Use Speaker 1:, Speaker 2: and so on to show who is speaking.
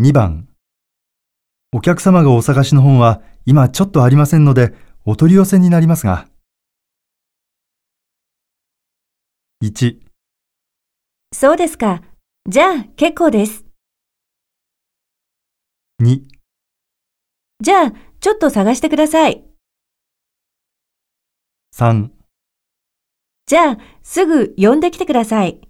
Speaker 1: 2番お客様がお探しの本は今ちょっとありませんのでお取り寄せになりますが1
Speaker 2: そうですか。じゃあ、結構です。
Speaker 1: 2
Speaker 2: じゃあ、ちょっと探してください。
Speaker 1: 3
Speaker 2: じゃあ、すぐ呼んできてください。